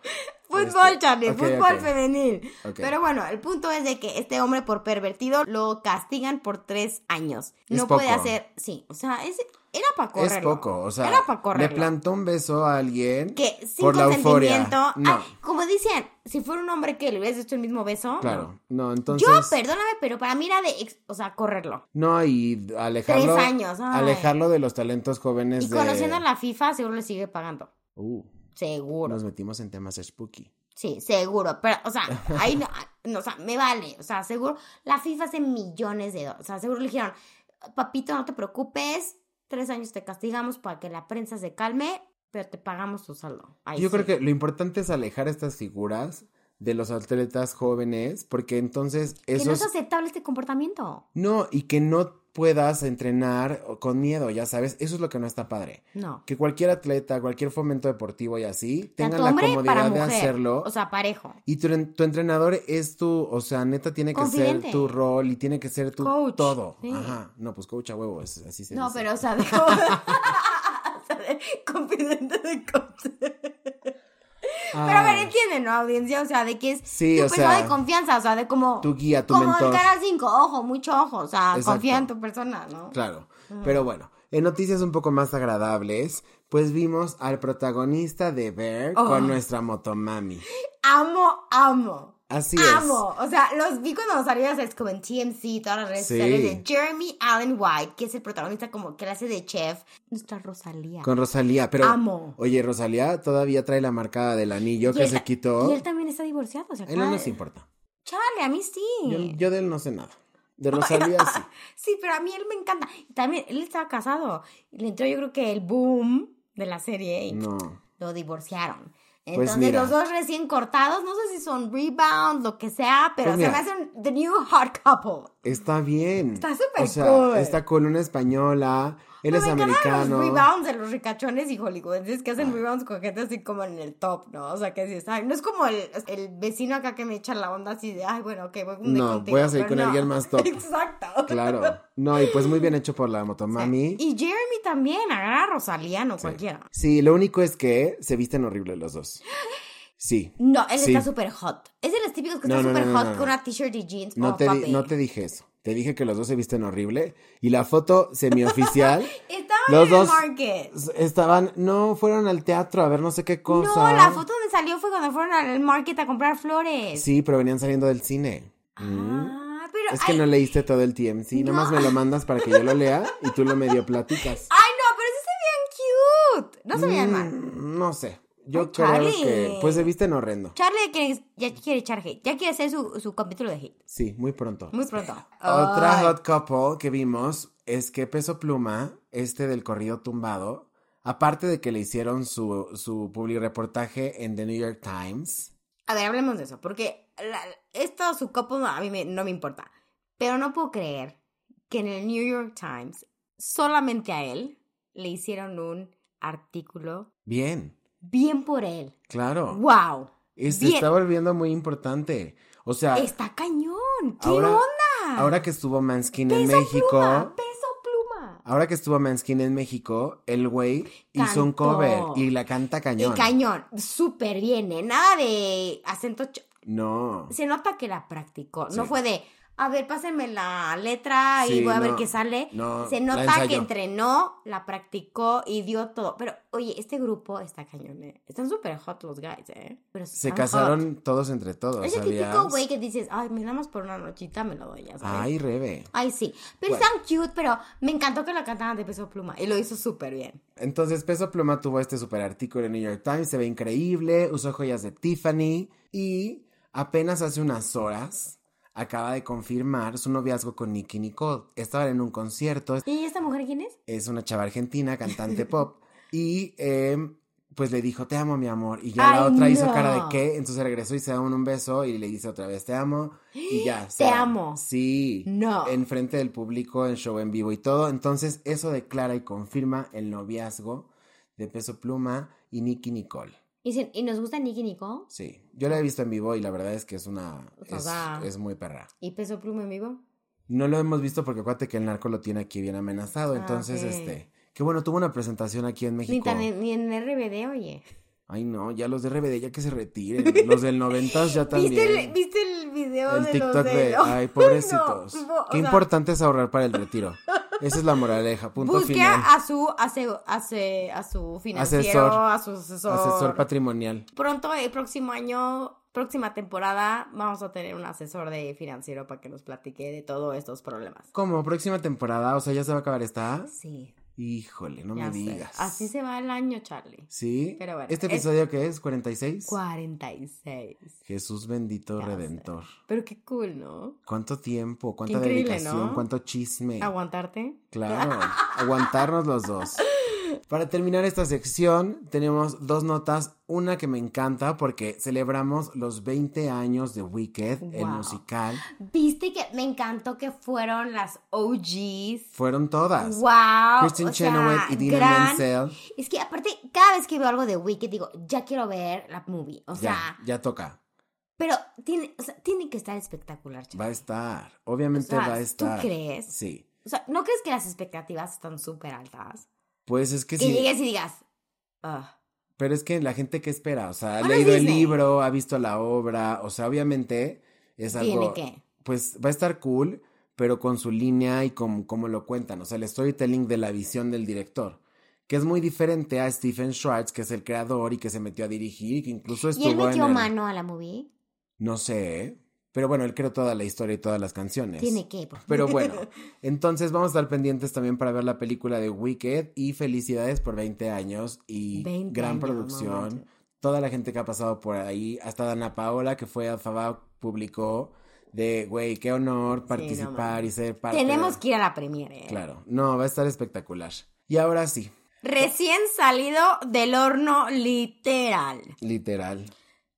Speaker 3: Fútbol,
Speaker 2: Este,
Speaker 3: Charlie,
Speaker 2: ok,
Speaker 3: fútbol
Speaker 2: ok.
Speaker 3: femenil.
Speaker 2: Ok.
Speaker 3: Pero bueno, el punto es de que este hombre por pervertido lo castigan por tres años.
Speaker 2: Es
Speaker 3: no puede
Speaker 2: poco.
Speaker 3: hacer, sí, o sea, es, era para correr.
Speaker 2: Es poco, o sea,
Speaker 3: era para
Speaker 2: le
Speaker 3: correr.
Speaker 2: plantó un beso a alguien
Speaker 3: que sin
Speaker 2: por la euforia.
Speaker 3: consentimiento,
Speaker 2: No,
Speaker 3: ah, como dicen, si fuera un hombre que le hubieras hecho el mismo beso,
Speaker 2: claro, no,
Speaker 3: no.
Speaker 2: entonces
Speaker 3: yo perdóname, pero para mí era de, ex- o sea, correrlo.
Speaker 2: no y alejarlo,
Speaker 3: Tres años, ay.
Speaker 2: alejarlo de los talentos jóvenes
Speaker 3: Y
Speaker 2: de
Speaker 3: conociendo a la FIFA, seguro le sigue pagando.
Speaker 2: Uh,
Speaker 3: Seguro.
Speaker 2: nos metimos en temas spooky.
Speaker 3: Sí, seguro, pero, o sea, ahí no, no, o sea, me vale, o sea, seguro, la FIFA hace millones de dólares, o sea, seguro le dijeron, papito, no te preocupes, tres años te castigamos para que la prensa se calme, pero te pagamos tu saldo. Ahí
Speaker 2: Yo
Speaker 3: sí.
Speaker 2: creo que lo importante es alejar estas figuras de los atletas jóvenes porque entonces
Speaker 3: Que no
Speaker 2: esos
Speaker 3: es aceptable este comportamiento,
Speaker 2: no y que no puedas entrenar con miedo, ya sabes, eso es lo que no está padre.
Speaker 3: no.
Speaker 2: Que cualquier atleta, cualquier fomento deportivo y así, tengan
Speaker 3: Tanto
Speaker 2: la
Speaker 3: hombre para
Speaker 2: comodidad de
Speaker 3: mujer,
Speaker 2: hacerlo
Speaker 3: o sea, parejo.
Speaker 2: Y tu, en- tu entrenador es tu, o sea, neta tiene que
Speaker 3: Confidente.
Speaker 2: ser tu rol y tiene que ser tu
Speaker 3: Coach,
Speaker 2: todo.
Speaker 3: sí.
Speaker 2: Ajá. No, pues coach a huevo, es- así se
Speaker 3: No,
Speaker 2: dice.
Speaker 3: pero, o sea, de, o sea, de confidente de confianza. Pero a ver,
Speaker 2: Ay,
Speaker 3: entienden, ¿no? Audiencia, o sea, de que es
Speaker 2: Sí,
Speaker 3: tu
Speaker 2: o
Speaker 3: persona
Speaker 2: sea,
Speaker 3: de confianza, o sea, de como.
Speaker 2: tu guía, tu
Speaker 3: como
Speaker 2: mentor.
Speaker 3: el cara 5, ojo, mucho ojo, o sea,
Speaker 2: Exacto.
Speaker 3: confía en tu persona, ¿no?
Speaker 2: Claro. Pero bueno, en noticias un poco más agradables, pues vimos al protagonista de Bear
Speaker 3: Oh.
Speaker 2: con nuestra motomami.
Speaker 3: Amo, amo.
Speaker 2: Así
Speaker 3: amo. O sea, los vi cuando salían es como en TMC, todas las redes
Speaker 2: Sí.
Speaker 3: sociales de Jeremy Allen White, que es el protagonista como que la hace de chef, nuestra Rosalía.
Speaker 2: es. Con Rosalía, pero.
Speaker 3: Amo.
Speaker 2: Oye, Rosalía todavía trae la marcada del anillo
Speaker 3: Y
Speaker 2: que
Speaker 3: él
Speaker 2: se
Speaker 3: ta-
Speaker 2: quitó.
Speaker 3: Y él también está divorciado, o sea,
Speaker 2: A él no
Speaker 3: cada-
Speaker 2: nos importa.
Speaker 3: Chale, a mí sí.
Speaker 2: Yo, yo de él no sé nada. De Rosalía sí.
Speaker 3: Sí, pero a mí él me encanta. Y También, él estaba casado. Y le entró, yo creo que el boom de la serie. y
Speaker 2: No.
Speaker 3: lo divorciaron.
Speaker 2: Pues
Speaker 3: Entonces,
Speaker 2: mira.
Speaker 3: los dos recién cortados, no sé si son rebound, lo que sea, pero
Speaker 2: Pues
Speaker 3: se
Speaker 2: mira.
Speaker 3: me hacen the new hot couple.
Speaker 2: Está bien.
Speaker 3: Está súper
Speaker 2: O sea,
Speaker 3: cool.
Speaker 2: está con una española, él
Speaker 3: No,
Speaker 2: es
Speaker 3: me encantan
Speaker 2: americano. Ah.
Speaker 3: los rebounds de los ricachones y hollywoodenses que hacen rebounds con gente así como en el top, ¿no? O sea, que sí, ¿saben? no es como el, el vecino acá que me echa la onda así de, ay, bueno, ok, voy,
Speaker 2: No, voy a salir
Speaker 3: pero
Speaker 2: con alguien más top.
Speaker 3: Exacto.
Speaker 2: Claro. No, y pues muy bien hecho por la motomami.
Speaker 3: Y Jeremy también, agarra a Rosalía, no cualquiera.
Speaker 2: Este, Sí, lo único es que se visten horrible los dos. Sí.
Speaker 3: No, él
Speaker 2: Sí.
Speaker 3: está súper hot. Es de los típicos que
Speaker 2: No,
Speaker 3: está
Speaker 2: no, no,
Speaker 3: súper
Speaker 2: no,
Speaker 3: hot
Speaker 2: no, no.
Speaker 3: con una t-shirt y jeans.
Speaker 2: No
Speaker 3: oh,
Speaker 2: te, di-
Speaker 3: papi.
Speaker 2: no te dije eso. Te dije que los dos se visten horrible. Y la foto semioficial.
Speaker 3: Estaban
Speaker 2: Los
Speaker 3: en
Speaker 2: dos-
Speaker 3: el market.
Speaker 2: s- estaban. No, fueron al teatro a ver no sé qué cosa.
Speaker 3: No, la foto donde salió fue cuando fueron al market a comprar flores.
Speaker 2: Sí, pero venían saliendo del cine. Mm.
Speaker 3: Ah, pero
Speaker 2: Es que
Speaker 3: ay,
Speaker 2: no leíste todo el TMC. Nomás me lo mandas para que yo lo lea y tú lo medio platicas.
Speaker 3: ay, no, pero sí se veían cute. Ah, No se veían mal.
Speaker 2: Mm, no sé. Yo
Speaker 3: Ay,
Speaker 2: creo
Speaker 3: Charlie.
Speaker 2: que. Pues se visten horrendo.
Speaker 3: Charlie quiere- ya quiere echar hate. Ya quiere hacer su, su capítulo de hate.
Speaker 2: Sí, muy pronto.
Speaker 3: Muy pronto.
Speaker 2: Ah,
Speaker 3: Ah,
Speaker 2: Otra
Speaker 3: Ay.
Speaker 2: hot couple que vimos es que Peso Pluma, este del corrido tumbado, aparte de que le hicieron su, su reportaje en The New York Times,
Speaker 3: A ver, hablemos de eso, porque la, esto, su copo, no, a mí me- no me importa. Pero no puedo creer que en el New York Times solamente a él le hicieron un artículo
Speaker 2: bien,
Speaker 3: bien por él.
Speaker 2: claro.
Speaker 3: ¡Wow!
Speaker 2: Y se
Speaker 3: bien.
Speaker 2: está volviendo muy importante. O sea,
Speaker 3: Está cañón. ¿Qué
Speaker 2: Ahora-
Speaker 3: onda?
Speaker 2: ahora que estuvo Manskin en
Speaker 3: peso
Speaker 2: México,
Speaker 3: pluma, peso pluma.
Speaker 2: ahora que estuvo Manskin en México, el güey hizo un
Speaker 3: Cantó.
Speaker 2: cover y la canta cañón.
Speaker 3: Y cañón, súper bien, ¿eh? Nada de acento. ch-
Speaker 2: no.
Speaker 3: Se nota que la practicó. No
Speaker 2: Sí.
Speaker 3: fue de, a ver, pásenme la letra y
Speaker 2: Sí,
Speaker 3: voy a ver
Speaker 2: no,
Speaker 3: qué sale.
Speaker 2: no,
Speaker 3: Se
Speaker 2: la
Speaker 3: nota
Speaker 2: ensayó.
Speaker 3: que entrenó, la practicó y dio todo. Pero, oye, este grupo está cañón, ¿eh? Están súper hot los guys, ¿eh? Pero
Speaker 2: Se
Speaker 3: están hot.
Speaker 2: casaron todos entre todos.
Speaker 3: Ese típico
Speaker 2: ¿sabías?
Speaker 3: güey que dices, ay, me nada más por una nochita me lo doy, ya sabes.
Speaker 2: Ay, Rebe.
Speaker 3: Ay, sí. Pero
Speaker 2: Bueno.
Speaker 3: están cute, pero me encantó que la cantaban de peso pluma. Y lo hizo súper bien.
Speaker 2: Entonces, Peso Pluma tuvo este super artículo en New York Times, se ve increíble, usó joyas de Tiffany y apenas hace unas horas acaba de confirmar su noviazgo con Nicky Nicole. Estaban en un concierto,
Speaker 3: ¿Y esta mujer quién es?
Speaker 2: es una chava argentina, cantante pop, y em, pues le dijo, te amo, mi amor. Y ya la
Speaker 3: Ay,
Speaker 2: otra hizo
Speaker 3: no.
Speaker 2: cara de qué, entonces regresó y se daban un beso y le dice otra vez, te amo. Y ya. se
Speaker 3: Te
Speaker 2: dan.
Speaker 3: amo.
Speaker 2: Sí.
Speaker 3: No.
Speaker 2: Enfrente del público, en show en vivo y todo. Entonces eso declara y confirma el noviazgo de Peso Pluma y Nicky Nicole.
Speaker 3: Dicen, ¿y nos gusta Nicky Nicole?
Speaker 2: Sí. Yo la he visto en vivo y la verdad es que es una...
Speaker 3: O
Speaker 2: Es,
Speaker 3: sea, ah.
Speaker 2: es muy perra.
Speaker 3: ¿Y peso pluma en vivo?
Speaker 2: No lo hemos visto porque acuérdate que el narco lo tiene aquí bien amenazado.
Speaker 3: Ah,
Speaker 2: Entonces,
Speaker 3: ok.
Speaker 2: este... Que bueno, tuvo una presentación aquí en
Speaker 3: Ni,
Speaker 2: México.
Speaker 3: tan en, ni en RBD, oye.
Speaker 2: Ay, no, ya los de RBD ya que se retiren. los del 90 ya también.
Speaker 3: ¿Viste el, ¿Viste el video
Speaker 2: El
Speaker 3: de
Speaker 2: TikTok
Speaker 3: los
Speaker 2: de,
Speaker 3: de...
Speaker 2: ay, pobrecitos.
Speaker 3: No, no, o
Speaker 2: Qué
Speaker 3: sea,
Speaker 2: importante es ahorrar para el retiro. Esa es la moraleja, punto
Speaker 3: Busque
Speaker 2: final.
Speaker 3: a su, a, su, a, su, a su financiero,
Speaker 2: Asesor.
Speaker 3: a su asesor.
Speaker 2: Asesor patrimonial.
Speaker 3: Pronto, el próximo año, próxima temporada, vamos a tener un asesor de financiero para que nos platique de todos estos problemas.
Speaker 2: Como próxima temporada, o sea, ya se va a acabar esta.
Speaker 3: Sí,
Speaker 2: Híjole, no
Speaker 3: ya
Speaker 2: me
Speaker 3: sé.
Speaker 2: digas.
Speaker 3: Así se va el año, Charlie.
Speaker 2: Sí.
Speaker 3: Pero bueno,
Speaker 2: este
Speaker 3: es-
Speaker 2: episodio que es 46.
Speaker 3: 46.
Speaker 2: Jesús bendito
Speaker 3: Ya sé.
Speaker 2: redentor.
Speaker 3: Pero qué cool, ¿no?
Speaker 2: ¿Cuánto tiempo? ¿Cuánta
Speaker 3: increíble,
Speaker 2: dedicación?
Speaker 3: ¿no?
Speaker 2: ¿Cuánto chisme?
Speaker 3: Aguantarte.
Speaker 2: Claro, aguantarnos los dos. Para terminar esta sección, tenemos dos notas. Una que me encanta porque celebramos los 20 años de Wicked, el
Speaker 3: Wow.
Speaker 2: musical.
Speaker 3: Viste que me encantó que fueron las OGs.
Speaker 2: Fueron todas.
Speaker 3: Wow.
Speaker 2: Kristen
Speaker 3: o sea,
Speaker 2: Chenoweth y Dina
Speaker 3: gran-
Speaker 2: Menzel.
Speaker 3: Es que aparte, cada vez que veo algo de Wicked, digo, ya quiero ver la movie. O
Speaker 2: Ya,
Speaker 3: sea,
Speaker 2: ya toca.
Speaker 3: pero tiene, o sea, tiene que estar espectacular,
Speaker 2: Va a
Speaker 3: chaval.
Speaker 2: estar. Obviamente
Speaker 3: O sea,
Speaker 2: va a
Speaker 3: ¿tú
Speaker 2: estar.
Speaker 3: crees?
Speaker 2: Sí.
Speaker 3: O sea, ¿no crees que las expectativas están súper altas?
Speaker 2: Pues es que
Speaker 3: Que
Speaker 2: sí.
Speaker 3: llegues y digas, "Ah".
Speaker 2: Pero es que la gente que espera, o sea, ha
Speaker 3: Bueno, es
Speaker 2: leído el
Speaker 3: Disney.
Speaker 2: libro, ha visto la obra, o sea, obviamente es
Speaker 3: Tiene
Speaker 2: algo...
Speaker 3: que.
Speaker 2: Pues va a estar cool, pero con su línea y con cómo lo cuentan, o sea, el storytelling de la visión del director, que es muy diferente a Stephen Schwartz, que es el creador y que se metió a dirigir, y que incluso estuvo
Speaker 3: ¿Y él metió
Speaker 2: en el-
Speaker 3: mano a la movie?
Speaker 2: No sé, pero bueno, él creó toda la historia y todas las canciones.
Speaker 3: Tiene que. por-
Speaker 2: Pero bueno, entonces vamos a estar pendientes también para ver la película de Wicked y felicidades por 20 años y
Speaker 3: 20
Speaker 2: gran
Speaker 3: años, no
Speaker 2: producción.
Speaker 3: manches.
Speaker 2: Toda la gente que ha pasado por ahí, hasta Dana Paola que fue a Fabao publicó de, güey, qué honor participar y
Speaker 3: manches.
Speaker 2: ser parte.
Speaker 3: Tenemos
Speaker 2: de-".
Speaker 3: que ir a la premiere. ¿eh?
Speaker 2: Claro, no, va a estar espectacular. Y ahora sí,
Speaker 3: Recién salido del horno, literal.
Speaker 2: literal,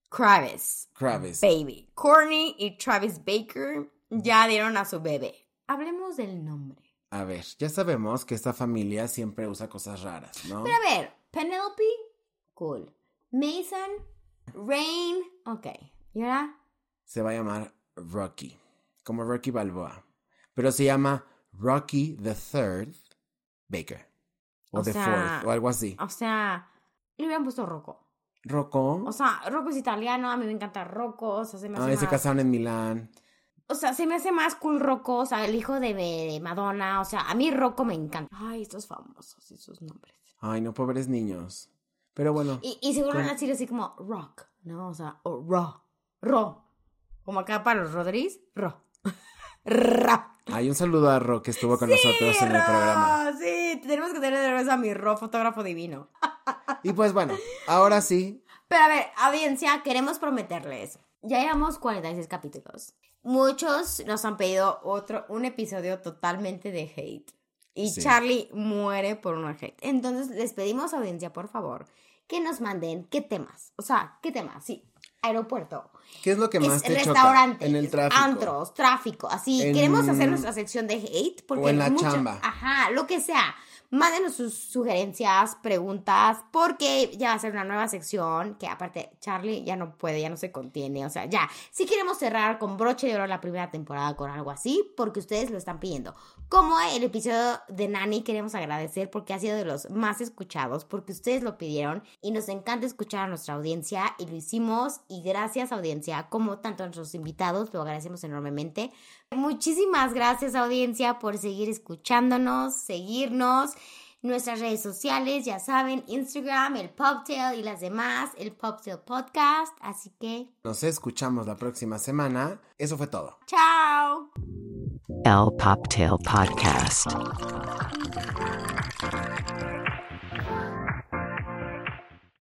Speaker 3: Kravis,
Speaker 2: Kravis.
Speaker 3: baby. Courtney y Travis Baker ya dieron a su bebé. Hablemos del nombre.
Speaker 2: A ver, ya sabemos que esta familia siempre usa cosas raras, ¿no?
Speaker 3: Pero a ver, Penelope, cool. Mason, Rain, ok. ¿Y ahora?
Speaker 2: se va a llamar Rocky, como Rocky Balboa, pero se llama Rocky the Third Baker. o,
Speaker 3: O
Speaker 2: The
Speaker 3: sea- ah,
Speaker 2: Fourth o algo así.
Speaker 3: O sea, le hubieran puesto Rocco.
Speaker 2: Rocco.
Speaker 3: O sea, Rocco es italiano, a mí me encanta Rocco. O sea, se me hace
Speaker 2: Ah, se
Speaker 3: más-
Speaker 2: casaron en Milán.
Speaker 3: O sea, se me hace más cool Rocco, o sea, el hijo de, de Madonna, o sea, a mí Rocco me encanta. Ay, estos famosos y sus nombres.
Speaker 2: Ay, no, pobres niños. Pero bueno,
Speaker 3: Y, y seguro
Speaker 2: Con-
Speaker 3: van a decir así como rock, ¿no? O sea, o ro, ro. Como acá para los Rodríguez, ro. Ra.
Speaker 2: hay un saludo a Ro que estuvo con nosotros en el
Speaker 3: Ro,
Speaker 2: programa.
Speaker 3: Sí, tenemos que tener de regreso a mi ro, fotógrafo divino.
Speaker 2: Y pues bueno, ahora sí,
Speaker 3: Pero a ver, audiencia, queremos prometerles. Ya llevamos 46 capítulos. Muchos nos han pedido otro, un episodio totalmente de hate. Y
Speaker 2: Sí.
Speaker 3: Charlie muere por un hate. Entonces les pedimos, audiencia, por favor, que nos manden qué temas. O sea, qué temas. Sí, aeropuerto,
Speaker 2: ¿qué es lo que más
Speaker 3: es,
Speaker 2: te choca
Speaker 3: restaurantes,
Speaker 2: en el tráfico?
Speaker 3: antros, tráfico, así.
Speaker 2: En-
Speaker 3: Queremos hacer nuestra sección de hate porque
Speaker 2: en la
Speaker 3: mucha-
Speaker 2: chamba.
Speaker 3: Ajá, lo que sea. Mándenos sus sugerencias, preguntas, porque ya va a ser una nueva sección que aparte Charlie ya no puede, ya no se contiene, o sea, ya. Si queremos cerrar con broche de oro la primera temporada con algo así, porque ustedes lo están pidiendo. Como el episodio de Nani queremos agradecer porque ha sido de los más escuchados, porque ustedes lo pidieron y nos encanta escuchar a nuestra audiencia y lo hicimos y gracias audiencia, como tanto a nuestros invitados, lo agradecemos enormemente. Muchísimas gracias audiencia por seguir escuchándonos, seguirnos. Nuestras redes sociales, ya saben, Instagram, el Poptail y las demás, el Poptail Podcast. Así que,
Speaker 2: Nos escuchamos la próxima semana. Eso fue todo.
Speaker 3: chao.
Speaker 1: L Poptail Podcast.